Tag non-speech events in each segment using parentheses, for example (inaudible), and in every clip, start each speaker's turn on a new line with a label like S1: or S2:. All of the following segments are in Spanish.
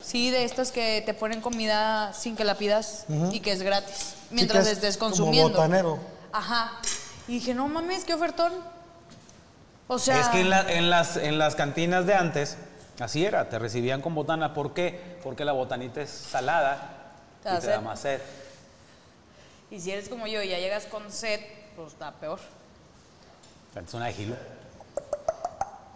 S1: Sí, de estos que te ponen comida sin que la pidas y que es gratis. Mientras
S2: Sí que es
S1: estés
S2: como
S1: consumiendo.
S2: botanero.
S1: Ajá. Y dije, no mames, qué ofertón. O sea.
S3: es que en, la- en las, en las cantinas de antes, así era, te recibían con botana. ¿Por qué? Porque la botanita es salada
S1: Te
S3: y
S1: da
S3: te da
S1: sed.
S3: más sed.
S1: Y si eres como yo y ya llegas con sed, pues está peor.
S3: Es una de gilo.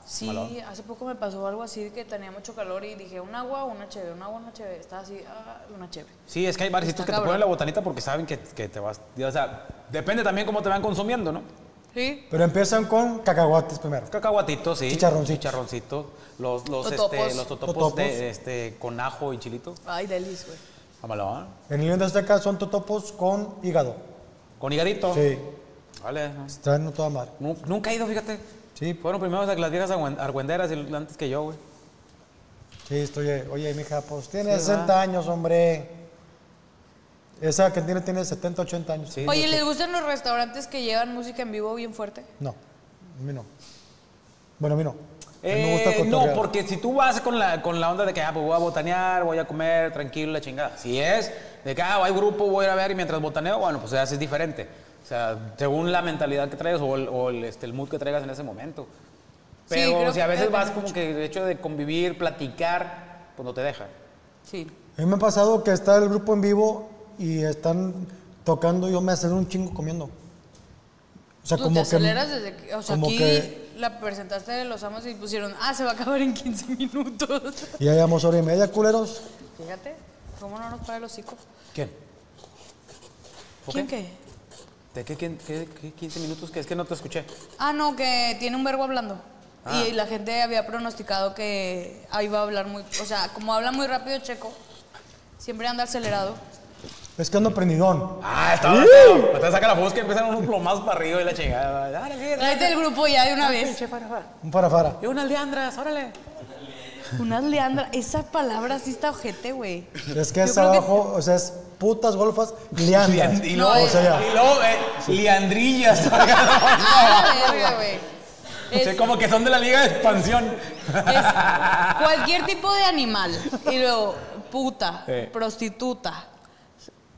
S1: Sí, hace poco me pasó algo así de que tenía mucho calor y dije, un agua, una chévere, un agua, una chévere. Estaba así, ah, una chévere.
S3: Sí, es que hay barcitos
S1: Está
S3: que te
S1: cabrón.
S3: ponen la botanita porque saben que, que te vas. O sea, depende también cómo te van consumiendo, ¿no?
S1: Sí.
S2: Pero empiezan con cacahuates primero.
S3: Cacahuatitos, sí.
S2: Chicharroncitos.
S3: Chicharroncitos. Los, los, este,
S1: Totopos.
S3: los totopos,
S2: Totopos.
S3: de- este, con ajo y chilito.
S1: Ay, delis, güey.
S3: Vámonos, ¿eh?
S2: En el guión de Azteca son totopos con hígado.
S3: Con higarito.
S2: Sí,
S3: Vale.
S2: están a toda madre.
S3: Nu- Nunca he ido, fíjate.
S2: Sí. pues,
S3: Fueron primero las las viejas argüen- argüenderas y antes que yo, güey.
S2: Sí, estoy, oye, mija, pues tiene
S3: Sí,
S2: 60 años, hombre. Esa que tiene tiene 70, 80 años.
S3: Sí.
S1: Oye, ¿les gustan los restaurantes que llevan música en vivo bien fuerte?
S2: No, a mí no. Bueno, a mí no. A mí me gusta
S3: Eh, no,
S2: cotorrear.
S3: porque si tú vas con la, con la onda de que ah, pues voy a botanear, voy a comer, tranquilo, la chingada. Si es de que ah, hay grupo, voy a ir a ver y mientras botaneo, bueno, pues ya es diferente. O sea, según la mentalidad que traigas o el, o el, este, el mood que traigas en ese momento. Pero
S1: creo
S3: si a
S1: que
S3: veces vas
S1: depende
S3: como que el hecho de convivir, platicar, pues no te deja.
S1: Sí.
S2: A mí me ha pasado que está el grupo en vivo y están tocando y yo me acelero un chingo comiendo. O sea,
S1: Tú
S2: como
S1: te
S2: que.
S1: aceleras desde que, o sea,
S2: como
S1: aquí
S2: que-
S1: la presentaste de los amos y pusieron, ah, se va a acabar en 15 (laughs) minutos.
S2: Y ya llevamos hora y media, culeros.
S1: Fíjate, ¿cómo no nos para el hocico?
S3: ¿Quién? ¿Por
S1: ¿Quién qué?
S3: ¿De qué, quién- qué- qué 15 minutos? Que es que no te escuché.
S1: Ah, no, que tiene un verbo hablando.
S3: Ah.
S1: Y la gente había pronosticado que ahí va a hablar muy, o sea, como habla muy rápido Checo, siempre anda acelerado.
S2: Es que ando prendidón.
S3: Ah, estaba. Te saca la voz que empiezan unos plomazos para arriba y la chingada. Dale, sí, dale.
S1: Tráete el grupo ya de una vez.
S2: Un farafara.
S3: Y unas leandras, órale.
S1: Unas leandras, esa palabra sí está ojete, (laughs) güey.
S2: Es que
S1: Yo
S2: es
S1: creo que-
S2: abajo, o sea, es putas golfas, liandas.
S3: Y
S1: No,
S3: luego,
S2: o sea, ya.
S3: y luego, eh, liandrillas. (laughs)
S1: Ah, la verga, güey.
S3: O
S2: Pues
S1: Es-
S3: sea, como que son de la liga de expansión.
S1: Es (laughs) cualquier tipo de animal. Y luego, puta,
S3: Sí.
S1: prostituta.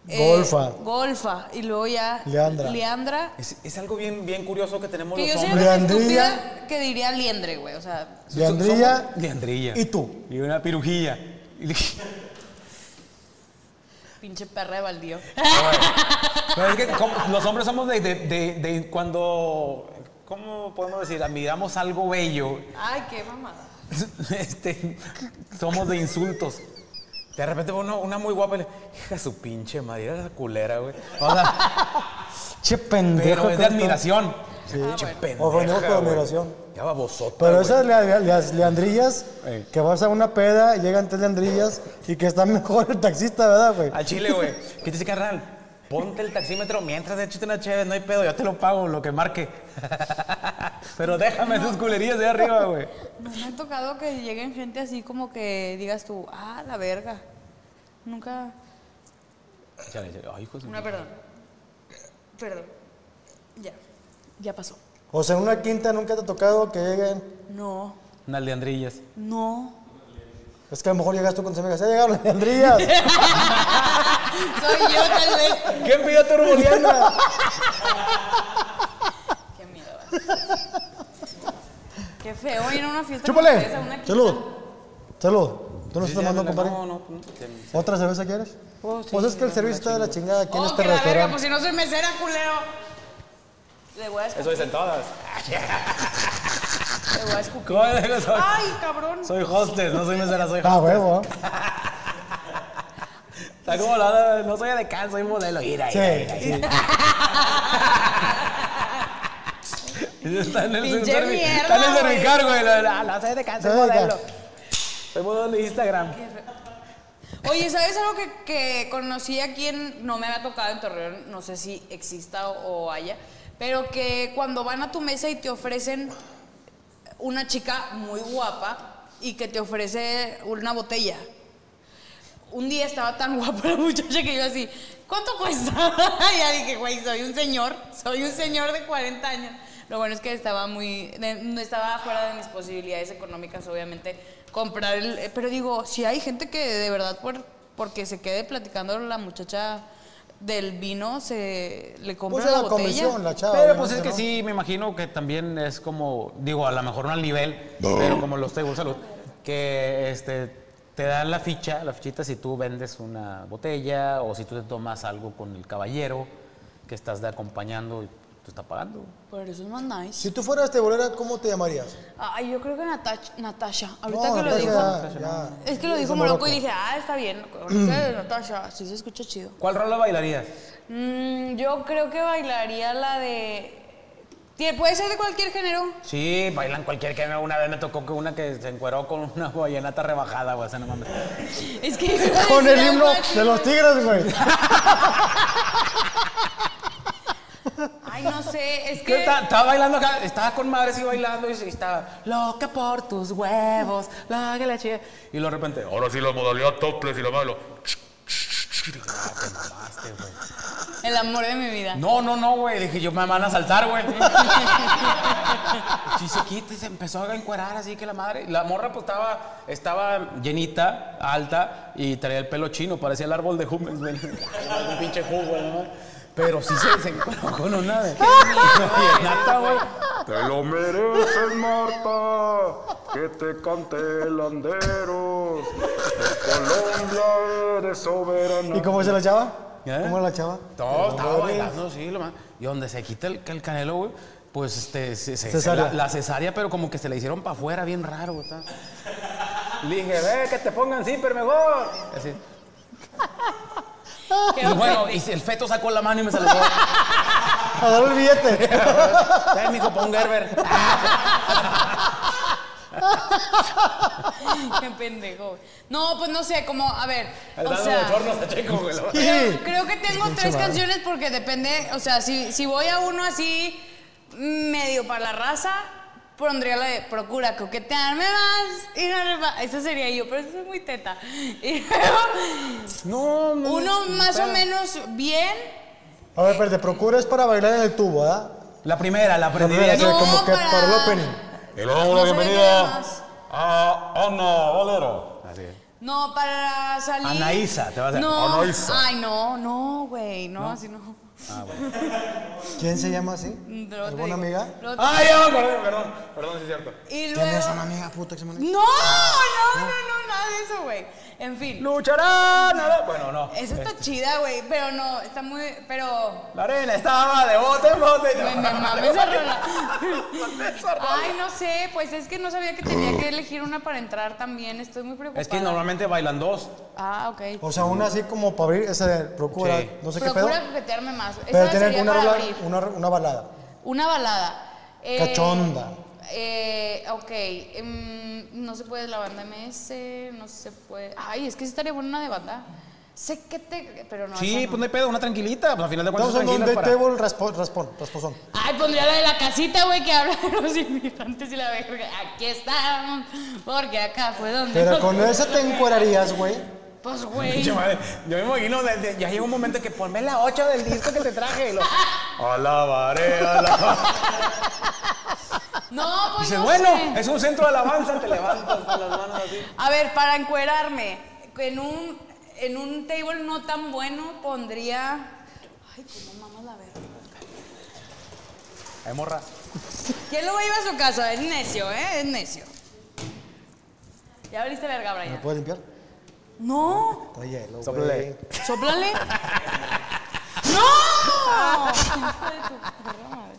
S1: eh,
S2: Golfa.
S1: golfa. Y luego ya.
S2: Leandra.
S1: Liandra.
S3: Es, es algo bien, bien curioso que tenemos
S1: Que yo
S3: los
S1: soy
S3: hombres.
S1: una
S2: Leandrilla.
S1: estúpida que diría liendre, güey. O sea,
S2: Leandrilla.
S3: Somos- Leandrilla.
S2: ¿Y tú?
S3: Y una pirujilla. Y-
S1: pinche perra de (laughs) baldío.
S3: (laughs) Pero es que como los hombres somos de, de- de- de cuando, ¿cómo podemos decir? Admiramos algo bello. (laughs)
S1: Ay, qué mamada.
S3: Este, somos de insultos. De repente uno, una muy guapa le hija su pinche madre, era la culera, güey. O sea,
S2: Che pendejo.
S3: pero es de
S2: canto.
S3: admiración. Ah, Pinche
S1: bueno.
S3: pendeja,
S2: Ofendido por
S3: güey.
S2: admiración.
S3: Ya babosota,
S2: Pero
S3: güey.
S2: esas lea- las leandrillas,
S3: Ey.
S2: que vas a una peda y llegan tres leandrillas y que está (laughs) mejor el taxista, ¿verdad, güey?
S3: Al chile, güey. ¿Qué te dice, carnal? Ponte el taxímetro mientras échate una chévere, no hay pedo, yo te lo pago, lo que marque. (laughs) Pero déjame sus culerías de arriba, güey.
S1: No me ha tocado que lleguen gente así como que digas tú, ah, la verga. Nunca.
S3: Chale, chale. Ay, hijo de su-
S1: Una, perdón. Perdón. Ya. Ya pasó.
S2: O sea, en una quinta nunca te ha tocado que lleguen.
S1: No.
S3: Unas leandrillas.
S1: No.
S2: Es que a lo mejor llegas tú con tus amigas. Ya llegaron las leandrillas.
S1: Soy yo, tal vez.
S3: ¿Qué pidió turbuleando?
S1: Qué miedo. ¿eh? Qué feo ir a una fiesta. como
S2: ¡Chúpale!
S1: esa, una quinta.
S2: Salud. Salud. ¿Tú (laughs) no estás
S3: Sí, ya
S2: tomando,
S3: me la-
S2: compadre?
S3: No, no, no.
S2: ¿Otra cerveza quieres?
S3: Pues, sí,
S2: Pues es que el servicio está de la chingada aquí en
S1: Oh,
S2: este
S1: que la verga, pues
S2: restaurante.
S1: si no soy mesera, culero. Le voy a escupir.
S3: Eso dicen todas. (laughs)
S1: Le voy a escupir.
S3: ¿Cómo digo? Soy,
S1: Ay, cabrón.
S3: soy hostess, no soy mesera, soy hostess.
S2: Ah, huevo, ¿eh?
S3: Está como la onda de, no soy de can, soy modelo. Mira,
S2: Sí,
S3: mira,
S2: (laughs)
S3: mira.
S2: sí.
S3: Está en el,
S1: Pinche
S3: servi-
S1: mierda,
S3: está en el
S1: güey.
S3: servicar, güey. No, no, no soy de can, soy
S2: Soy de can.
S3: modelo. Soy modelo de Instagram.
S1: Oye, ¿sabes algo que, que conocí aquí en. No me había tocado en Torreón, no sé si exista o, o haya. Pero que cuando van a tu mesa y te ofrecen una chica muy guapa y que te ofrece una botella. Un día estaba tan (laughs) guapa la muchacha que yo así, ¿cuánto cuesta? (laughs) Y ya dije, güey, soy un señor, soy un señor de 40 años. Lo bueno es que estaba muy, de- no estaba fuera de mis posibilidades económicas, obviamente. comprar el... eh, Pero digo, si hay gente que de verdad por, porque se quede platicando la muchacha del vino, se le compra
S2: Pues era
S1: la
S2: la
S1: botella.
S2: comisión, la chava.
S3: Pero pues es
S2: obviamente,
S3: que
S2: ¿no?
S3: sí, me imagino que también es como, digo, a lo mejor no al nivel, pero como los Table Salud, que este, te dan la ficha, la fichita si tú vendes una botella o si tú te tomas algo con el caballero que estás de acompañando y tú estás pagando.
S1: Pero eso es más nice.
S2: Si tú fueras tebolera, ¿cómo te llamarías?
S1: Ay, yo creo que Natach- Natasha. Ahorita que lo
S2: Natasha,
S1: dijo.
S2: ya, ya.
S1: Es que lo
S2: Ya
S1: dijo
S2: se
S1: Morocco y dije, ah, está bien. ahorita de Natasha, sí se escucha chido.
S3: ¿Cuál rola bailarías?
S1: Mm, yo creo que bailaría la de. Tie- Puede ser de cualquier género.
S3: Sí, bailan cualquier que una vez me tocó que una que se encueró con una (laughs) vallenata rebajada, güey, o sea, no mames.
S1: Es que. iba a
S2: Con
S1: decir
S2: el
S1: algo
S2: himno
S1: así.
S2: de los tigres, güey.
S1: Ay, no sé, es
S3: Que
S1: que.
S3: está- Estaba bailando acá, estaba con madres y bailando y, se- y estaba loca por tus huevos, la que la chida. Y luego de repente,
S4: Ahora sí la modalidad topless y la malo.
S1: El amor de mi vida.
S3: No, no, no, güey. Dije, yo me van a saltar, güey. (laughs) sí, se quita y se empezó a encuerar así que la madre. La morra, pues estaba, estaba llenita, alta y traía el pelo chino, parecía el árbol de Jumex, güey. (laughs) Un pinche jugo, ¿no? Pero sí se, se encueró con una de. Vallenata, güey.
S4: Te lo mereces, Marta, que te cante el andero. Colombia eres soberana.
S2: ¿Y cómo se la chava?
S3: ¿Eh?
S2: ¿Cómo era la chava?
S3: Todo estaba
S2: Dolores.
S3: bailando, sí, lo más. Y donde se quita el, el canelo, güey, pues este, se- se-
S2: Cesárea.
S3: la, la cesárea, pero como que se la hicieron para afuera, bien raro, güey. estaba. Le dije, ve, que te pongan zipper mejor. Así.
S1: Qué
S3: Y bueno,
S1: ojete.
S3: y el feto sacó la mano y me saludó. (laughs)
S2: A dar el billete.
S3: Ay, mijo, pon Gerber.
S1: (laughs) Qué pendejo. güey. No, pues no sé, como, a ver.
S3: El
S1: o
S3: dado
S1: sea,
S3: de porno se checo, güey. la verdad.
S1: Creo,
S2: Sí.
S1: creo que tengo tres canciones porque depende, o sea, si, si voy a uno así medio para la raza, pondría la de procura coquetearme más y no le va- Esa sería yo, pero eso es muy teta. Y luego,
S3: No, no.
S1: uno
S3: no,
S1: más o
S3: espera.
S1: menos bien.
S2: A ver, pero te procuras para bailar en el tubo, ¿verdad?
S3: La primera, la aprendí.
S2: primera,
S3: de aquí.
S2: sea,
S1: no,
S2: como que
S1: para-
S2: para el opening.
S4: Y le damos la
S1: No se me queda
S4: bienvenida
S1: más.
S4: a Ana Valero.
S3: Así es.
S1: No, para salir.
S3: Anaísa, te vas a hacer.
S1: No.
S4: Anaísa.
S1: Ay, no, no, güey, no, así no.
S2: ¿Quién se llama así?
S1: Luego te
S2: ¿Alguna
S1: digo.
S2: amiga?
S1: Luego te-
S3: Ay, ya me acordé, perdón.
S4: Perdón, sí es cierto.
S1: Y luego.
S2: ¿Tienes una amiga puta que se llama?
S1: No, no, no, no, nada de eso, güey. En fin.
S3: Lucharán. a ver. Bueno, no.
S1: Esa está chida, güey, pero no, está muy. Pero.
S3: La arena estaba de bote en bote.
S1: Me,
S2: (laughs)
S1: me
S3: (laughs)
S1: mames esa rola. Ay, no sé, pues es que no sabía que tenía que elegir una para entrar también. Estoy muy preocupada.
S3: Es que normalmente bailan dos.
S1: Ah, ok.
S2: O sea, una así como para abrir, esa de procura,
S3: Sí.
S2: no sé qué pedo.
S1: Procura coquetearme más.
S2: Pero
S1: esa
S2: tiene
S1: sería
S2: una,
S1: para
S2: rola-
S1: abrir.
S2: una, una balada.
S1: Una balada. Eh,
S2: Cachonda.
S1: Eh, ok. em, no se puede la banda MS, no se puede. Ay, es que sí estaría buena una de banda. Sé que te. Pero no.
S3: Sí,
S1: esa
S3: pues no hay pedo, una tranquilita. Pues al final de cuentas
S2: Estamos en un
S3: tranquilas
S2: de
S3: para...
S2: table raspo- raspón, rasposón.
S1: Ay, pondría la de la casita, güey, que habla de (laughs) los inmigrantes y la verga. Aquí estamos, porque acá fue donde. (laughs)
S2: Pero
S1: nos-
S2: con esa te encuerarías, güey.
S1: Pues, güey.
S3: Pinche madre, Yo me imagino, de- de- ya llega un momento que ponme la 8 del disco que te
S1: (laughs)
S3: traje. Y lo...
S4: Alabaré, alabaré. (laughs)
S1: No, pues.
S3: Dices,
S1: no
S3: bueno,
S1: sé.
S3: es un centro de alabanza, te levantas con las manos
S2: eh".
S3: así.
S1: A ver, para encuerarme, en un, en un table no tan bueno pondría. Ay, cómo mamas la verga.
S3: Ay, morra.
S1: ¿Quién lo va a ir a su casa? Es necio, ¿eh? Es necio. Ya abriste verga,
S2: ¿Me
S1: Brian.
S2: puedes limpiar?
S1: No,
S2: Está hielo, güey.
S3: Sóplale.
S1: soplale.
S2: (laughs)
S1: ¡No! Hijo de tu perra madre.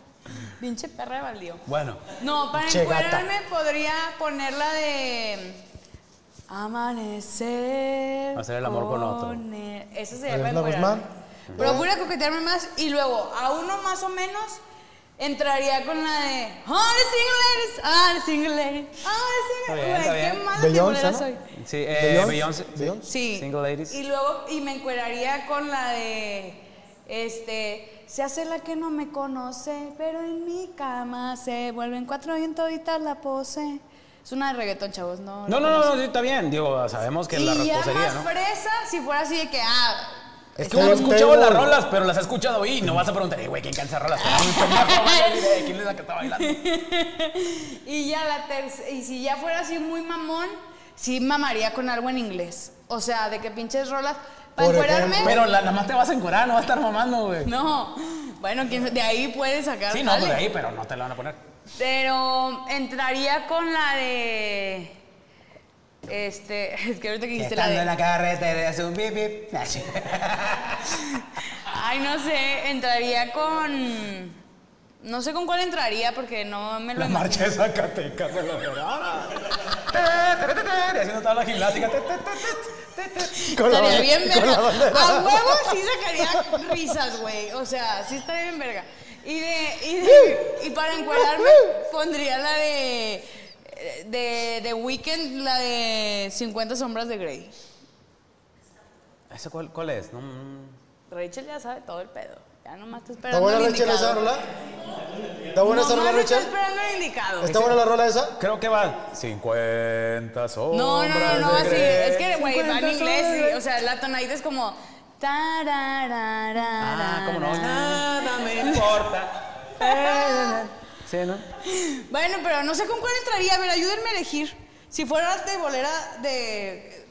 S1: Pinche perra de baldío.
S3: Bueno,
S1: No, para
S2: Che, gata.
S1: encuadrarme podría poner la de Amanecer.
S3: Hacer el amor con otro.
S1: el- Esa sería para
S2: Adela
S1: encuadrarme.
S2: Guzmán.
S1: Procura coquetearme más y luego a uno más o menos entraría con la de "Ah, All single ladies, all single ladies, all
S3: Está
S1: single
S3: bien,
S1: ladies. ah, Güey,
S3: está
S1: qué
S3: bien.
S1: mala
S2: Beyoncé,
S1: figurera
S2: ¿no?
S1: soy.
S3: sí, eh, Beyoncé.
S2: Beyoncé. Beyoncé.
S1: Sí.
S3: Single ladies.
S1: Y luego, y me encueraría con la de. Este. Se hace la que no me conoce, pero en mi cama se vuelven cuatro y en todita la pose. Es una de reggaetón, chavos, no.
S3: No, no, no, no, sí, está bien. Digo, sabemos que
S1: y
S3: la
S1: ya
S3: reposería,
S1: más
S3: ¿no?
S1: fresa, si fuera así de que, ah.
S3: Es
S2: Está
S3: que uno ha
S2: bien,
S3: escuchado
S2: table.
S3: las rolas, pero las ha escuchado y no vas a preguntar, "Ey, güey, ¿quién cansa rolas? ¿Quién
S1: (laughs)
S3: es la que está bailando?
S1: Y ya la tercera. Y si ya fuera así muy mamón, sí mamaría con algo en inglés. O sea, de que pinches rolas. Para
S2: Por
S1: encuerarme.
S2: ejemplo.
S3: Pero la- nada más te vas a encurar, no vas a estar mamando, güey.
S1: No. Bueno, quién sa- de ahí puedes sacar.
S3: Sí, no,
S1: jale.
S3: pues de ahí, pero no te la van a poner.
S1: Pero entraría con la de. Este. (laughs) Es que ahorita que dijiste la de.
S3: carretera es un bip bip.
S1: (laughs)
S3: (laughs)
S1: Ay, no sé, entraría con. No sé con cuál entraría porque no me lo.
S3: La
S1: imagino.
S3: marcha de Zacatecas se lo Ah. lloraba. Haciendo toda la gimnástica. Te, te, te, te, te, te.
S2: Con la
S1: estaría bien Ah,
S2: banda- con la
S1: verga.
S2: bandera.
S1: A huevo sí sacaría risas, güey. O sea, sí estaría bien verga. Y de. Y, de- y para encuadrarme, pondría la de. De, de Weekend, la de 50 Sombras de Grey.
S3: ¿Ese cuál, cuál es? No, mm.
S1: Rachel ya sabe todo el pedo. Ya nomás está
S2: ¿Está
S1: esperando.
S2: buena
S1: el
S2: Rachel esa
S1: indicado.
S2: rola? ¿Está buena esa rola,
S1: Nomás está
S2: Rachel?
S1: esperando el indicado.
S2: ¿Está buena la rola esa?
S3: Creo que va 50 sombras.
S1: No, no, no, no,
S3: de
S1: así.
S3: Grey.
S1: Es que, güey, va
S3: 50
S1: en inglés.
S3: sombras.
S1: y, o sea, la tonadita es como. tarararara.
S3: Ah, cómo no. Nada me
S1: (laughs)
S3: importa. sí, ¿no?
S1: Bueno, pero no sé con cuál entraría. A ver, ayúdenme a elegir. Si fuera de bolera de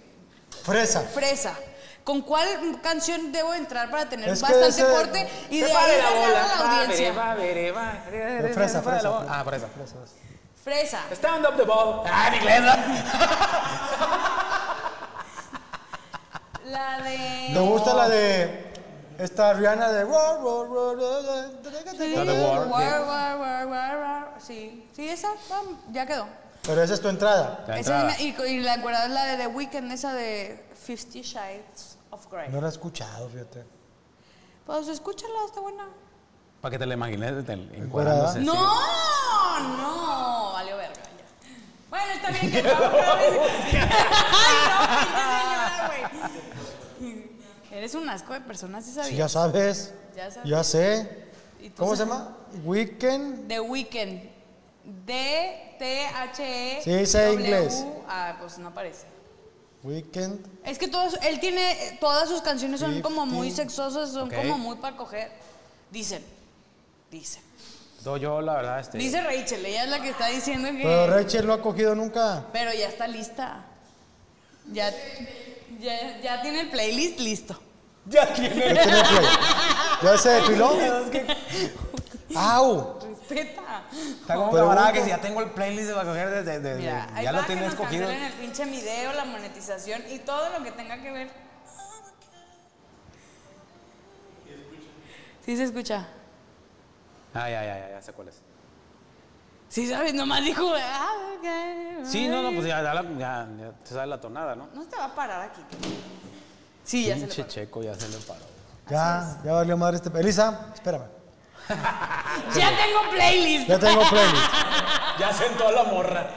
S2: Fresa.
S1: fresa, ¿con cuál canción debo entrar para tener
S2: Es que
S1: bastante
S2: ese-
S1: corte y de
S3: Se pare
S1: ahí ganar a la
S3: va,
S1: audiencia?
S3: vere, va, vere, va, vere, vere,
S2: Fresa,
S3: se pare
S2: fresa,
S3: la bola.
S2: fresa.
S3: Ah, fresa.
S1: Fresa.
S3: Stand up the ball. Ah, en inglés, ¿no?
S1: La de.
S2: ¿Te gusta la de esta Rihanna de ro, ro, ro, ro, ro,
S1: Sí,
S3: La de War,
S1: war, war, war, war, war. Sí, sí, esa, pam, ya quedó.
S2: Pero esa es tu entrada.
S3: La
S1: Esa
S3: entrada.
S1: es mi- y, y la encuerada es la de The Weeknd, esa de Fifty Shades of Grey.
S2: No la he escuchado, fíjate.
S1: Pues escúchala, está buena.
S3: Para que te la imagines te-
S2: Encuerada.
S3: encuadrándose.
S1: No, no, valió verga. ya. Bueno, está bien
S2: (laughs)
S1: que acabo otra vez. (laughs) Ay,
S2: (laughs)
S1: no, pinche señora, güey. Eres un asco de personas, ¿sí
S2: Si
S1: sabías?
S2: ya sabes.
S1: Ya sabes.
S2: Ya sé.
S1: ¿Y tú
S2: ¿Cómo se
S1: sabes?
S2: llama? Weekend.
S1: The Weeknd. D, T, H, E.
S2: Sí, sé
S1: W,
S2: inglés.
S1: Ah, pues no aparece.
S2: Weekend.
S1: Es que todos, él tiene, todas sus canciones son como muy
S2: Fifty.
S1: sexosas, son
S3: Ok.
S1: como muy para coger. Dicen, dicen.
S3: No, yo la verdad, este.
S1: Dice Rachel, ella es la que está diciendo que...
S2: Pero Rachel no ha cogido nunca.
S1: Pero ya está lista. Ya, ya, ya tiene el playlist listo. (laughs)
S3: Ya tiene.
S2: Ya tiene play. ¿Ya se depiló? ¡Au!
S1: Respeta.
S3: Está como
S2: Pero
S3: camarada
S2: bueno.
S3: que si ya tengo el playlist de coger desde. De, de-
S1: Mira, ahí
S3: ya
S1: va
S3: lo
S1: que
S3: tienes
S1: nos
S3: escogido.
S1: cancelen el pinche video, la monetización y todo lo que tenga que ver. Sí se escucha.
S3: Ah, ya, ya, ya, ya sé cuál es.
S1: Sí, sabes, nomás dijo. "Ah, ok".
S3: Sí, no, no, pues ya, ya, la- ya, ya te sabes la tonada, ¿no?
S1: No te va a parar aquí. Sí, ya se le
S3: Pinche
S1: paró.
S3: checo, ya se le paró.
S2: Ya, ya valió madre este. Elisa, espérame.
S1: Ya tengo playlist.
S2: Ya tengo playlist.
S3: Ya sentó a la morra.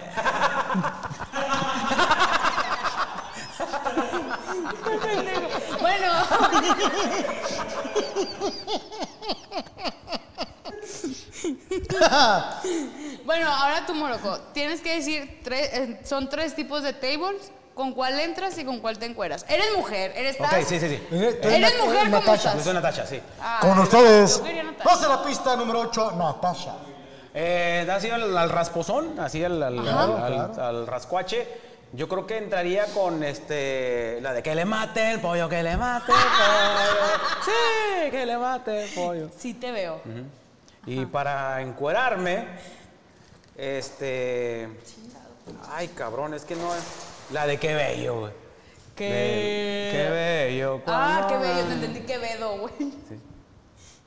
S1: (laughs) Bueno.
S3: (laughs)
S1: bueno, ahora tú, Morocco, tienes que decir, tres, eh, son tres tipos de tables, con cuál entras y con cuál te encueras. Eres mujer, eres
S3: Ok,
S1: tal.
S3: sí, sí, sí.
S2: Eres- tú
S1: Eres
S2: Nat-
S1: mujer
S2: tú
S1: como
S2: Natasha.
S1: estás.
S3: Yo soy Natasha, sí.
S1: Ah,
S2: Con ustedes,
S1: yo quería notar.
S2: pasa la pista número 8, Natasha.
S3: Eh, así al, al rasposón, así al, al, al- al- al rascuache. Yo creo que entraría con este, la de que le mate el pollo, que le
S1: (laughs)
S3: mate el pollo. Sí, que le mate el pollo.
S1: Sí te veo.
S3: Y para encuerarme, este. Ay, cabrón, es que no es. La de qué bello, güey.
S1: Qué-
S3: De Qué bello.
S1: Ah,
S3: cuando
S1: qué bello,
S3: la-
S1: te entendí que vedo, güey.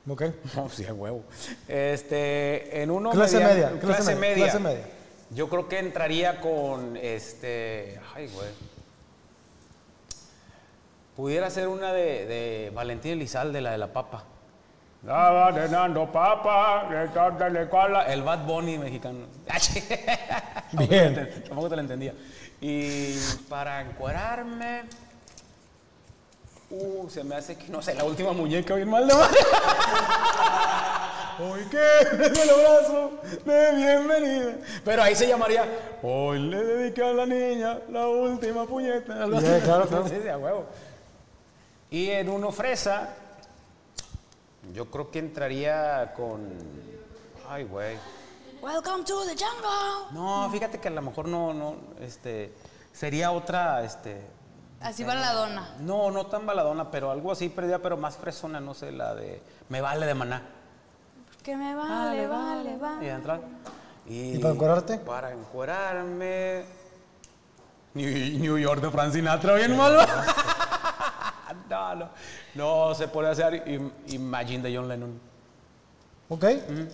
S2: Ok.
S3: No, pues, sí, a huevo. Este, en uno
S2: Clase
S3: mediano-
S2: media, clase
S3: clase
S2: media,
S3: media.
S2: clase media.
S3: Yo creo que entraría con este, ay, güey. Pudiera ser una de, de Valentín Elizalde, la de la papa. Nada de Nando Papa, de tanta de cuala. El Bad Bunny mexicano. (laughs) Ah, Tampoco te
S2: Bien.
S3: la enten- Tampoco te lo entendía. Y para encuadrarme. Uh, se me hace que no sé, la última muñeca bien mal de (laughs) madre. Hoy que me dio el abrazo de bienvenida. Pero ahí se llamaría Hoy le dediqué a la niña la última puñeta. Algo
S2: Ya,
S3: así.
S2: claro, claro.
S3: (laughs) Sí, sí, a huevo. Y en uno fresa, yo creo que entraría con. Ay, güey.
S1: Welcome to the jungle.
S3: No, fíjate que a lo mejor no, no, este. sería otra, este...
S1: Así va la dona.
S3: No, no tan baladona, pero algo así perdida, pero más fresona, no sé, la de Me vale de maná.
S1: Que me vale, Ah, vale,
S3: Y
S1: vale.
S3: entrar. Y,
S2: ¿Y para encuerarte?
S3: Para encuerarme. New, New York de Frank Sinatra, bien malo. (laughs) no, no. No se puede hacer im- Imagine de John Lennon.
S2: Ok,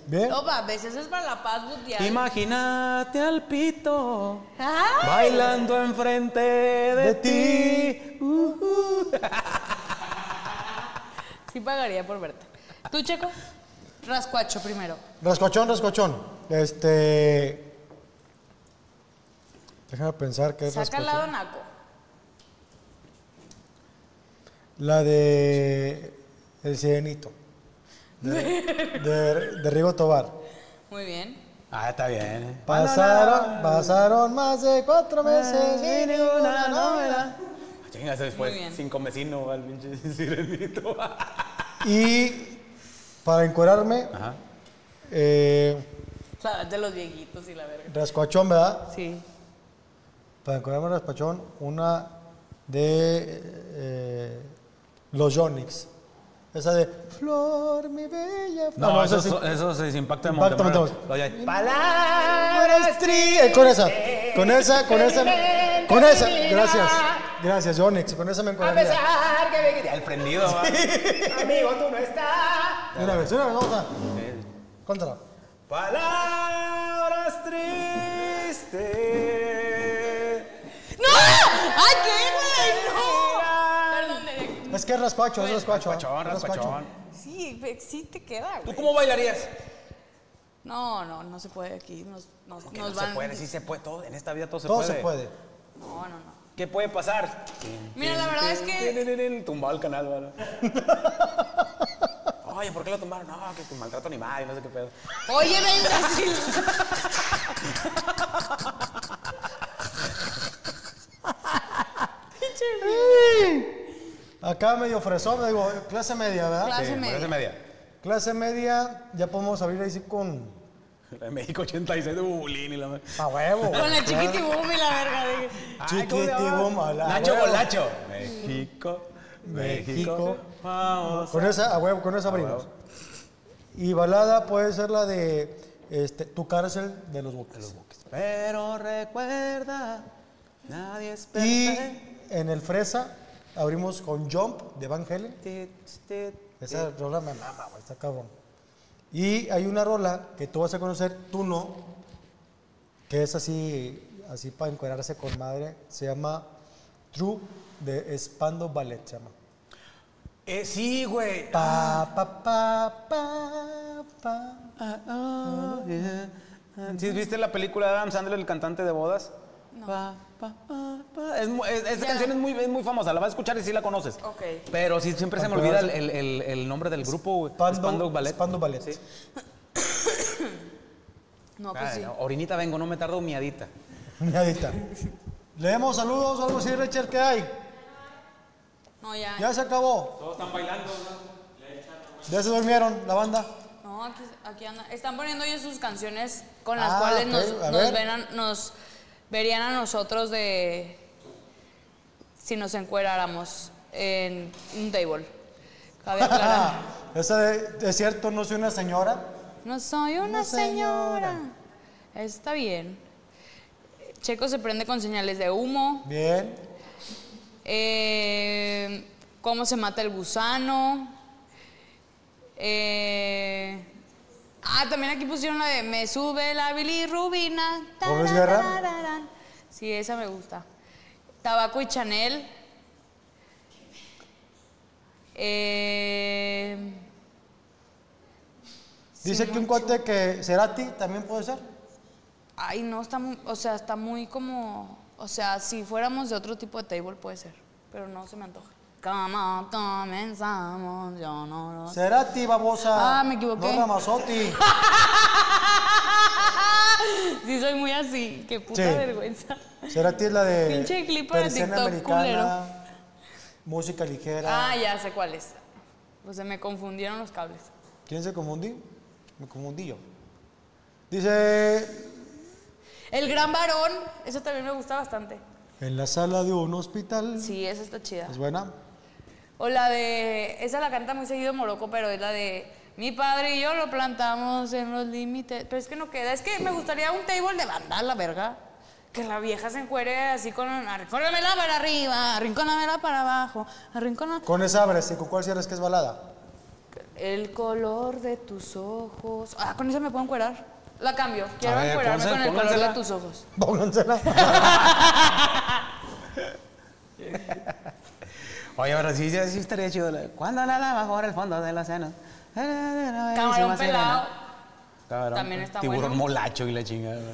S2: bien.
S1: Opa, a veces es para la paz mundial.
S3: Imagínate al pito
S1: ¡Ah!
S3: bailando enfrente de,
S2: De
S3: ti. Uh, uh.
S1: Sí pagaría por verte. ¿Tú, Checo? Rascuacho primero.
S2: Rascochón, rascochón. Este. Déjame pensar qué es
S1: Saca
S2: rascochón.
S1: la donaco.
S2: La de El Sirenito. De, de, de Rigo Tobar.
S1: Muy bien.
S3: Ah, está bien.
S2: Pasaron, pasaron más de cuatro meses y
S3: Sin ninguna
S2: ninguna novedad.
S3: novela. Chingas, después
S1: Muy bien.
S3: sin comecino al pinche sirenito.
S2: Y para encuerarme,
S3: Ajá.
S2: eh,
S1: O sea, de los viejitos y la verga.
S2: rascochón, ¿verdad?
S1: Sí.
S2: Para encuerarme rascochón, una de eh, los Yonix. Esa de Flor, mi bella.
S3: No, eh,
S2: Ah,
S3: eso,
S2: esa sí.
S3: eso se impacta en
S2: Impacta
S3: Monterrey.
S2: Monterrey.
S3: Lo de-
S2: Palabras tristes. Con esa, con esa, con esa, con esa. Gracias, gracias, Yonix. Con esa me encuentro.
S3: El prendido,
S2: (laughs)
S3: va.
S2: Una vez, una vez, vamos a. Contra.
S3: Palabras tristes.
S1: ¡No! ¡Ay, qué güey! ¡No! Perdón, Derek.
S2: Es que es raspacho, es raspacho.
S3: Raspachón,
S2: ¿eh? Es raspacho.
S3: raspachón.
S1: Sí, ve- sí te queda,
S3: ¿Tú
S1: güey.
S3: cómo bailarías?
S1: No, no, no se puede aquí. Nos, nos,
S3: Que
S1: nos
S3: no
S1: van.
S3: se puede, sí se puede. Todo, en esta vida todo se
S2: Todo se
S3: puede.
S2: puede.
S1: No, no, no.
S3: ¿Qué puede pasar?
S1: Mira, la verdad es que-
S3: Tumbado el canal,
S2: (laughs)
S3: ¿verdad? Oye, ¿por qué lo tumbaron? No, que tu maltrato animal y no sé qué pedo. (laughs)
S1: Oye, venga, sí.
S2: Acá medio fresón, digo, clase media, ¿verdad?
S1: Clase
S3: Sí,
S1: media.
S3: Clase media.
S2: Clase media, ya podemos abrir ahí sí con.
S3: La de México 86 de Bubulín y la madre.
S2: A huevo.
S1: Con el chiquitibum y la verga. dije.
S3: Ay, ¿cómo se llama?
S2: Chiquitibum, a la
S3: Nacho
S2: huevo.
S3: Bolacho. México,
S2: México.
S3: Vamos.
S2: Con esa, a huevo, con esa abrimos. Y balada puede ser la de este, Tu cárcel de los buques.
S3: Pero recuerda, nadie es
S2: Y
S3: perfecto.
S2: en el fresa abrimos con Jump de Van Helen. Esa rola me mama, güey, está cabrón. Y hay una rola que tú vas a conocer, tú no, que es así, así para encuadrarse con madre, se llama True de Espando Ballet, se llama.
S3: Eh, sí, güey.
S2: Pa, pa, pa, pa, pa.
S3: Ah, ah, yeah. ¿Sí viste la película de Adam Sandler, el cantante de bodas? Pa, pa, pa, pa. Es mu- es- esta
S1: Ya.
S3: canción es muy, es muy famosa, la vas a escuchar y sí la conoces.
S1: Ok.
S3: Pero sí, siempre se me olvida el, el- el- el nombre del grupo, güey.
S2: Spandau-
S3: Spandau Ballet.
S2: Spandau Ballet.
S3: Sí.
S1: No,
S3: Ay,
S1: pues sí.
S3: no, orinita vengo, no me tardo miadita.
S2: (laughs) Miadita. Leemos saludos, algo así, Richard, ¿qué hay?
S1: No, ya.
S2: Ya se acabó. Todos están bailando, Ya se durmieron, la banda.
S1: No, aquí, aquí anda. Están poniendo ellos sus canciones con las
S2: Ah,
S1: cuales
S2: ok,
S1: nos,
S2: a
S1: nos
S2: ver.
S1: ven a- nos verían a nosotros de. Si nos encueráramos en un table.
S2: (laughs)
S1: Cabe aclarar.
S2: Esa de, es cierto, no soy una señora.
S1: No soy una
S2: Una señora.
S1: señora. Está bien. Checo se prende con señales de humo.
S2: Bien.
S1: Eh, ¿Cómo se mata el gusano? Eh, ah, también aquí pusieron la de Me sube la bilirrubina.
S2: ¿Cómo es, Guerra?
S1: tararararán. Sí, esa me gusta. Tabaco y Chanel. Eh,
S2: Dice que un cuate que Cerati también puede ser.
S1: ay, no, está muy, o sea, está muy como, o sea, si fuéramos de otro tipo de table puede ser, pero no se me antoja. ¿Cómo comenzamos? Yo no lo
S2: Cerati, babosa.
S1: Ah, me equivoqué. (laughs)
S2: No Ramazotti.
S1: Sí, soy muy así. Qué puta
S2: Sí.
S1: vergüenza.
S2: Cerati es la de.
S1: Pinche clip para
S2: persiana
S1: TikTok,
S2: Música ligera.
S1: Ah, ya sé cuál es. Pues se me confundieron los cables.
S2: ¿Quién se confundí? Me confundí yo. Dice.
S1: El gran varón, eso también me gusta bastante.
S2: En la sala de un hospital.
S1: Sí, esa está chida.
S2: ¿Es buena?
S1: O la de. Esa la canta muy seguido Morocco, pero es la de. Mi padre y yo lo plantamos en los límites. Pero es que no queda. Es que me gustaría un table de banda, la verga. Que la vieja se encuere así con. Arrincónamela para arriba, arrincónamela para abajo, arrincónamela.
S2: Con esa abres y con cuál cierres que es balada. (laughs)
S1: El color de tus ojos. Ah, con esa me puedo encuerar. La cambio. Quiero
S3: A ver,
S1: encuerarme
S3: pónganse-
S1: con el color
S3: póngansela.
S1: de tus ojos.
S2: Póngansela.
S3: Oye, ahora sí, sí, sí estaría chido. la- Cuando la lava ahora el fondo del océano.
S1: Camarón
S3: Camarón
S1: pelado.
S3: Cabrón,
S1: También está
S3: tiburón
S1: bueno.
S3: molacho y la chingada. ¿no?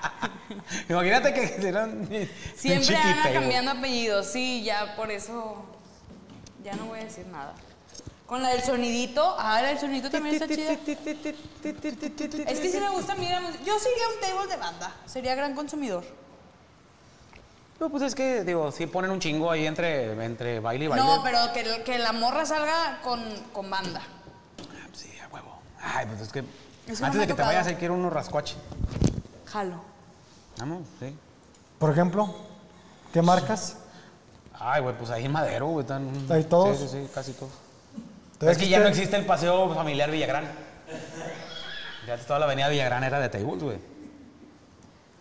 S3: (laughs) Imagínate que hicieron
S1: Siempre anda cambiando apellidos, sí, ya por eso ya no voy a decir nada. Con la del sonidito, ah, la del sonidito también está chida. Es que sí me gusta a mí la música. Yo sería un table de banda, sería gran consumidor.
S3: No, pues es que, digo, sí ponen un chingo ahí entre, entre baile y baile.
S1: No, pero que, que la morra salga con, con banda.
S3: Sí, a huevo. Ay, pues es que
S1: Eso no me
S3: antes de
S1: ha
S3: que te
S1: tocado.
S3: vayas, hay que ir a unos rascuaches.
S1: Jalo.
S3: Vamos, sí.
S2: Por ejemplo, ¿qué marcas?
S3: Ay, güey, pues ahí en Madero, güey. Están,
S2: Ahí todos.
S3: Sí, sí, sí, casi todos.
S2: ¿Todavía
S3: es que ya no
S2: existe?
S3: existe el paseo familiar Villagrán. Ya toda la avenida Villagrán era de tables, güey.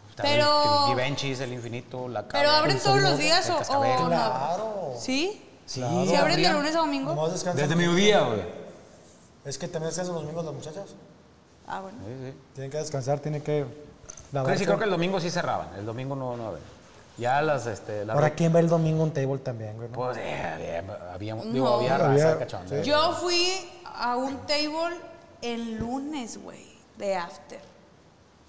S3: Está el-
S1: Pero-
S3: El Givenchy's, el Infinito, la Cabra.
S1: ¿Pero abren todos los días o, o
S3: no?
S2: Claro.
S1: no. ¿Sí?
S3: Sí,
S1: ¿Sí abren de lunes a domingo?
S2: Nomás descansan.
S3: Desde mediodía, güey.
S2: Es que también descansan los domingos las muchachas.
S1: Ah, bueno.
S3: Sí, sí.
S2: Tienen que descansar, tienen que
S3: Creo,
S2: lavarse.
S3: sí, creo que el domingo sí cerraban. El domingo no, no abren. Ya las, este... Las
S2: Ahora, ¿quién va el domingo a un table también, güey? no?
S3: Pues, eh, había, había,
S1: No.
S3: digo, había
S2: Había-
S3: raza, ¿eh? cachonda.
S2: sí.
S1: Yo fui a un table el lunes, güey, de after.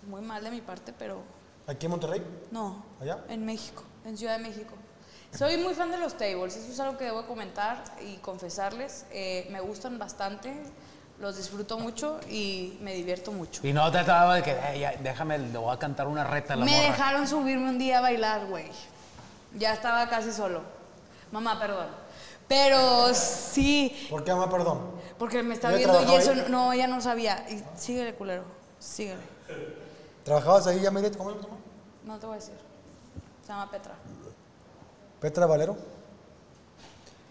S1: Muy mal de mi parte, pero
S2: ¿Aquí en Monterrey?
S1: No.
S2: ¿Allá?
S1: En México, en Ciudad de México. Soy muy fan de los tables, eso es algo que debo comentar y confesarles. Eh, me gustan bastante, los disfruto mucho y me divierto mucho.
S3: Y no te estaba de que, eh, ya, déjame, le voy a cantar una reta a la
S1: Me
S3: morra.
S1: dejaron subirme un día a bailar, güey. Ya estaba casi solo. Mamá, perdón. Pero sí,
S2: ¿Por qué, mamá, perdón?
S1: porque me está
S2: ¿Ya
S1: viendo
S2: trabajaba
S1: Jason.
S2: ahí?
S1: No, ella no sabía. Y síguele, culero. Síguele.
S2: ¿Trabajabas ahí ya, Miret? ¿Cómo se llama?
S1: No te voy a decir. Se llama Petra.
S2: Petra Valero.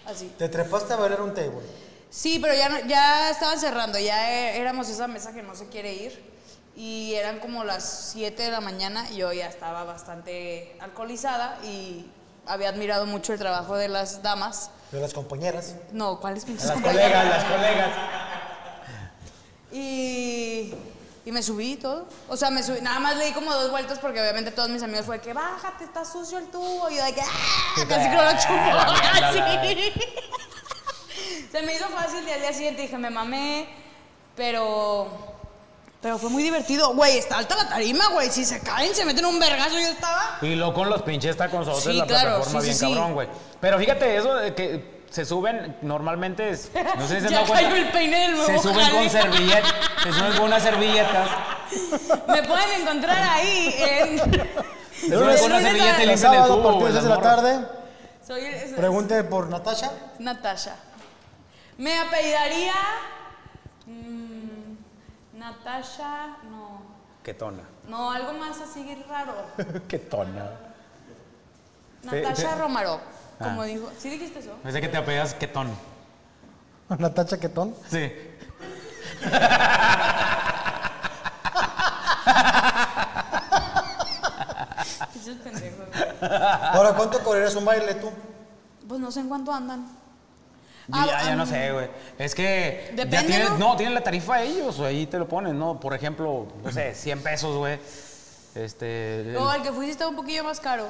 S1: Así.
S2: Te trepaste a bailar un table.
S1: Sí, pero ya, no- ya estaban cerrando, ya é- éramos esa mesa que no se quiere ir. Y eran como las 7 de la mañana, y yo ya estaba bastante alcoholizada y había admirado mucho el trabajo de las damas.
S2: De las compañeras.
S1: No, ¿cuáles pinches (laughs)
S3: Las
S1: compañeras?
S3: colegas, las colegas.
S1: Y, y me subí y todo. O sea, me subí, nada más le di como dos vueltas porque obviamente todos mis amigos fue que bájate, está sucio el tubo. Y yo de que ¡ah! casi que no lo
S3: La mierda,
S1: (laughs)
S3: la-
S1: chupo. Así. Se me hizo fácil y al día siguiente dije, me mamé, pero. Pero fue muy divertido. Güey, está alta la tarima, güey. Si se caen, se meten un vergazo. Yo estaba.
S3: Y lo con los pinches tacos otros
S1: Sí,
S3: la
S1: claro,
S3: plataforma
S1: sí,
S3: bien
S1: sí, sí.
S3: cabrón, güey. Pero fíjate, eso de que se suben normalmente es... No sé si
S1: (laughs)
S3: se
S1: ya
S3: han dado cuenta.
S1: cayó el peine del nuevo.
S3: Se suben
S1: jale.
S3: con servilletas, se suben con unas servilletas.
S1: Me pueden encontrar ahí en.
S3: Se suben con una
S1: lunes a- El
S3: servilleta y
S2: El
S3: limpian el
S2: sábado, a
S3: tubo,
S2: partir de
S3: güey,
S2: seis
S3: las
S2: de la
S3: morras.
S2: tarde,
S1: Soy. es-
S2: pregunte por Natasha. (laughs)
S1: Natasha. Me apellidaría. mm, Natasha. No.
S3: Quetona,
S1: No, algo más así raro.
S3: quetona.
S1: Natasha
S3: sí.
S1: Romaro. Como
S3: Ah.
S1: dijo. ¿Sí dijiste eso?
S3: Pensé que te apellidas quetón.
S2: Natasha
S3: (laughs)
S2: Quetón.
S3: Sí. Ah.
S1: Pinches pendejos, güey.
S2: Ahora, ¿cuánto cobrarías un baile tú?
S1: Pues no sé en cuánto andan.
S3: Yo
S1: Ah,
S3: ya, ya no
S1: ah,
S3: sé, güey. Es que. ya
S1: Depende,
S3: tienen-
S1: ¿no?
S3: ¿no? tienen la tarifa ellos, güey. Ahí te lo ponen, ¿no? Por ejemplo, no sé, 100 pesos, güey. Este. el-
S1: No, mm, el que fuiste estaba un poquillo más caro.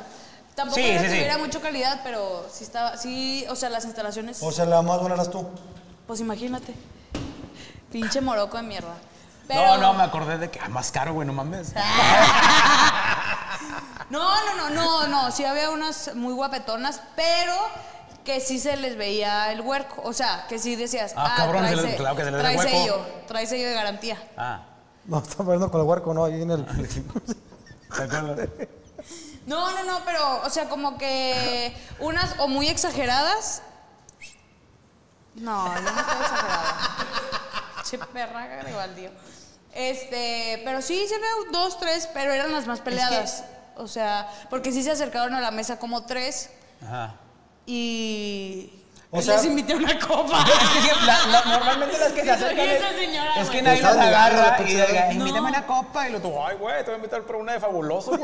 S1: Tampoco
S3: Sí,
S1: era
S3: sí,
S1: que
S3: sí.
S1: tuviera mucha calidad, pero sí estaba. Sí, o sea, las instalaciones.
S3: Pues-
S2: O sea, la más buena eras tú.
S1: Pues imagínate. Pinche moroco de mierda.
S3: No,
S1: Pero- Ah.
S3: no, me acordé de que. Ah, más caro, güey, no mames.
S1: (laughs) No, no, no, no, no. Sí había unas muy guapetonas, pero que sí se les veía el huerco. O sea, que sí decías, ah,
S3: Ah, cabrón,
S1: trae,
S3: se les-
S1: se-
S3: claro que se les ve
S1: trae
S3: huerco.
S1: sello, trae sello de garantía.
S3: Ah,
S2: (laughs) No, está bailando con el huerco, no, ahí
S1: (laughs)
S2: en el.
S3: ¿te acuerdas?
S1: No, no, no, pero, o sea, como que unas o muy exageradas. No, yo no estoy exagerada. che perra Garibaldi. Este, pero sí, se ve dos, tres, pero eran las más peleadas. O sea, porque sí se acercaron a la mesa como tres
S3: Ajá.
S1: y.
S2: O
S1: les
S2: sea-
S1: invité una copa.
S3: Es
S1: (laughs)
S3: que sí, la- la- normalmente las que se
S1: Soy
S3: acercan es,
S1: esa señora,
S3: es que
S1: güey.
S3: nadie
S2: Estás
S3: las agarra
S2: llegando de
S3: y
S2: pinche
S3: diga,
S2: edad.
S3: invítame una copa y lo tú, ay güey, te voy a invitar por una
S1: (laughs)
S3: de fabuloso. güey".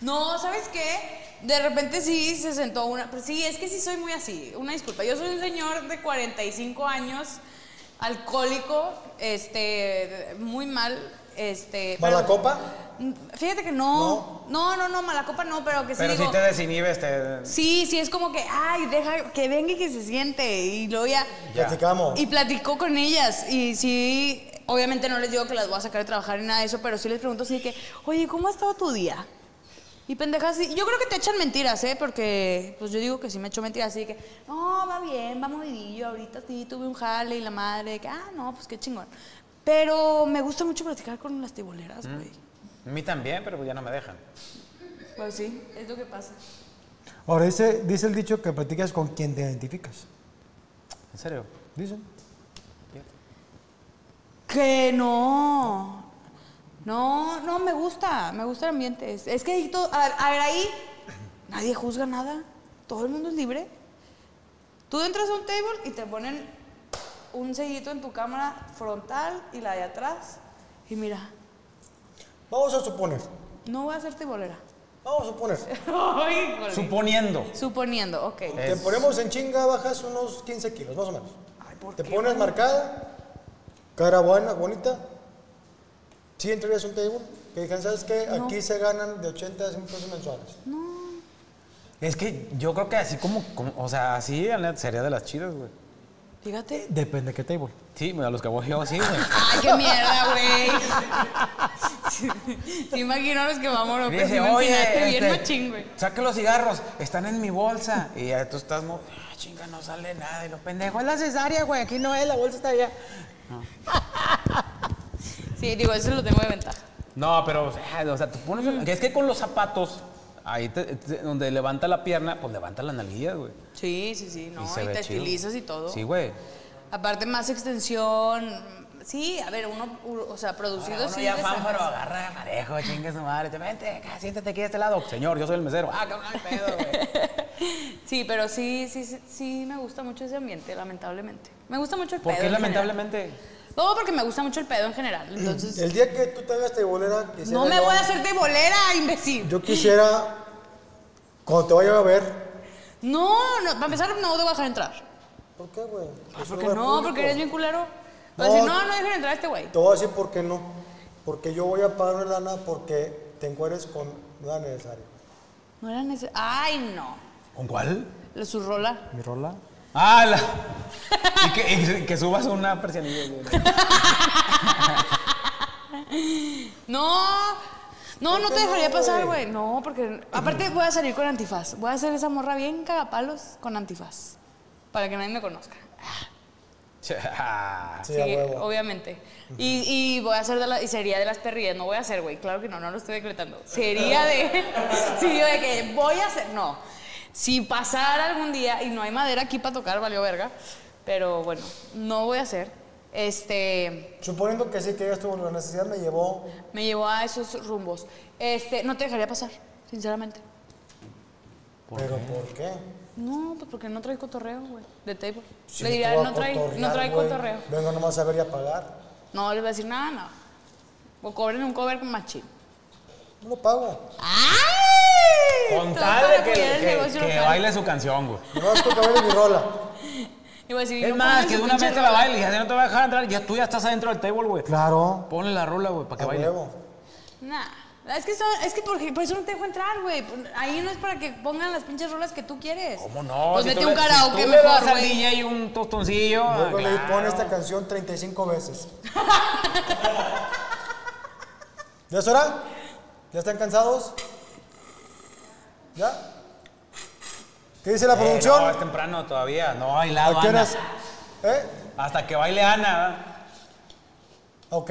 S1: No, ¿sabes qué? De repente sí se sentó una. pero sí, es que sí soy muy así. Una disculpa. Yo soy un señor de 45 años, alcohólico, este, muy mal. Este,
S2: ¿Para la
S1: pero-
S2: copa?
S1: Mm, Fíjate que no. No, no, no, mala copa no, pero que sí
S3: Pero
S1: digo.
S3: si te desinhibes, te...
S1: Sí, sí, es como que, ay, deja que venga y que se siente. Y luego ya.
S3: Ya.
S2: Platicamos.
S1: Y platicó con ellas. Y sí, obviamente no les digo que las voy a sacar de trabajar ni nada de eso, pero sí les pregunto así que, oye, ¿cómo ha estado tu día? Y pendejas, sí. yo creo que te echan mentiras, ¿eh? Porque, pues yo digo que sí me echo mentiras, así que, no, va bien, va movidillo, ahorita sí tuve un jale y la madre, que, ah, no, pues qué chingón. Pero me gusta mucho platicar con las tiboleras, güey.
S3: A mí también, pero ya no me dejan.
S1: Pues sí, es lo que pasa.
S2: Ahora, dice, dice el dicho que platicas con quien te identificas.
S3: ¿En serio?
S2: Dicen.
S1: Que no. No, no, me gusta, me gusta el ambiente. Es, es que ahí todo, a, ver, a ver, ahí nadie juzga nada, todo el mundo es libre. Tú entras a un table y te ponen un sellito en tu cámara frontal y la de atrás y mira,
S2: Vamos a suponer.
S1: no voy a hacerte bolera.
S2: Vamos a suponer.
S3: Suponiendo.
S1: Suponiendo, ok.
S2: Te ponemos en chinga, bajas unos 15 kilos, más o menos. te pones marcada, cara buena, bonita. Si entrarías a un table, que digan, ¿sabes qué? Aquí se ganan de 80 a 100 pesos mensuales.
S3: Es que yo creo que así como, como- o sea, así la neta, sería de las chidas, güey.
S1: Fíjate.
S2: Depende de qué table.
S3: Sí, a los que voy yo, sí, güey.
S1: Ay, qué mierda, güey. (laughs) Te imagino a los que vamos, (laughs) no,
S3: Y
S1: que sí
S3: dice,
S1: me empinaste
S3: oye,
S1: bien
S3: este,
S1: machín, güey.
S3: saca los cigarros, están en mi bolsa. Y ya tú estás, mo- ah, chinga, no sale nada. Y lo pendejo, es la cesárea, güey, aquí no es, la bolsa está allá.
S1: Sí, digo, eso lo tengo de ventaja.
S3: No, pero, o sea, o sea, tú pones,
S1: Mm.
S3: que es que con los zapatos, ahí te- te- donde levanta la pierna, pues levanta la nalguilla, güey.
S1: Sí, sí, sí, no, y,
S3: ve
S1: te
S3: chido.
S1: estilizas y todo.
S3: Sí, güey.
S1: Aparte más extensión. Sí, a ver, uno, u- o sea, producido
S3: Ahora Uno
S1: sí
S3: ya
S1: le
S3: fánfaro,
S1: sacas.
S3: agarra parejo, chinga su madre, te vente, acá, siéntate aquí de este lado. Señor, yo soy el mesero. Ah, cabrón, hay pedo,
S1: (laughs)
S3: güey.
S1: (laughs) Sí, pero sí, sí, sí, sí me gusta mucho ese ambiente, lamentablemente. Me gusta mucho el
S3: ¿Por
S1: pedo.
S3: qué
S1: en general.
S3: lamentablemente?
S1: No, porque me gusta mucho el pedo en general.
S3: (clears throat)
S1: Entonces,
S2: El día que tú te hagas tebolera, quisiera
S1: no me
S2: yo-
S1: voy a hacer de bolera, imbécil.
S2: Yo quisiera, cuando te vaya a ver,
S1: No, no, para empezar, no te voy a dejar entrar.
S2: ¿por qué, güey? Es un
S1: Ah, Porque
S2: lugar
S1: no, porque
S2: público.
S1: eres bien culero.
S2: No.
S1: Vas a decir, no, no dejen entrar a este güey.
S2: Te voy a decir por qué no. Porque yo voy a pagar una lana porque te encueres con no era necesario.
S1: No era necesario. Ay, no.
S3: ¿Con cuál?
S1: Le su rola.
S2: ¿Mi rola?
S3: Ah, la... (laughs) y, que, y que subas una persianilla, güey.
S1: No, no, no
S2: qué
S1: te dejaría
S2: no,
S1: pasar,
S2: güey?
S1: güey. No, porque aparte voy a salir con antifaz. Voy a hacer esa morra bien cagapalos con antifaz. Para que nadie me conozca.
S3: Cha.
S2: Sí, a huevo.
S1: obviamente. Y, y voy a hacer de la, y sería de las perrillas. No voy a hacer, güey. Claro que no, no lo estoy decretando. Sería de. (laughs) sí, yo de que voy a hacer. No. Si pasara algún día y no hay madera aquí para tocar, valió verga. Pero bueno, no voy a hacer. Este.
S2: Suponiendo que sí, que ya estuvo, la necesidad me llevó.
S1: Me llevó a esos rumbos. Este, no te dejaría pasar, sinceramente.
S2: ¿Pero por qué?
S1: No, pues porque no trae cotorreo, güey. De table.
S2: Si
S1: le
S2: te
S1: dirá,
S2: voy a
S1: no trae, no
S2: cotorrear,
S1: trae
S2: güey.
S1: cotorreo.
S2: Vengo nomás a ver y a pagar.
S1: No, le va a decir nada, nada. O cobren un cover con machín.
S2: No lo pago.
S1: ¡Ay!
S3: Con
S1: Todo
S3: tal
S1: para
S3: de que,
S1: apoyar el
S3: que-
S1: negocio
S3: que
S1: local.
S3: baile su canción, güey.
S2: Nomás tú que bailes mi rola.
S1: Y voy a decir,
S3: Es
S1: no
S3: más,
S1: pongan
S3: que
S1: su
S3: de una
S1: pinche
S3: vez te la
S1: rola.
S3: baile y ya no te va a dejar entrar. Ya tú ya estás adentro del table, güey.
S2: Claro.
S3: Ponle la rola, güey, para que
S2: A
S3: baile.
S2: huevo.
S1: Nah. Es que, son, es que por, por eso no te dejo entrar, güey. Pues, Ahí no es para que pongan las pinches rolas que tú quieres.
S3: ¿Cómo no?
S1: Pues
S3: Si
S1: mete
S3: tú
S1: un
S3: le- si
S1: karaoke
S3: tú le
S1: mejor,
S3: das al
S1: güey.
S3: DJ un tostoncillo. ah,
S2: Luego le
S3: claro.
S2: pone esta canción 35 veces. ¿Ya es hora? ¿Ya están cansados? ¿Ya? ¿Qué dice la
S3: Eh,
S2: producción?
S3: no, es temprano todavía. No ha bailado
S2: ¿A qué
S3: Ana.
S2: horas? ¿Eh?
S3: Hasta que baile Ana.
S2: Ok.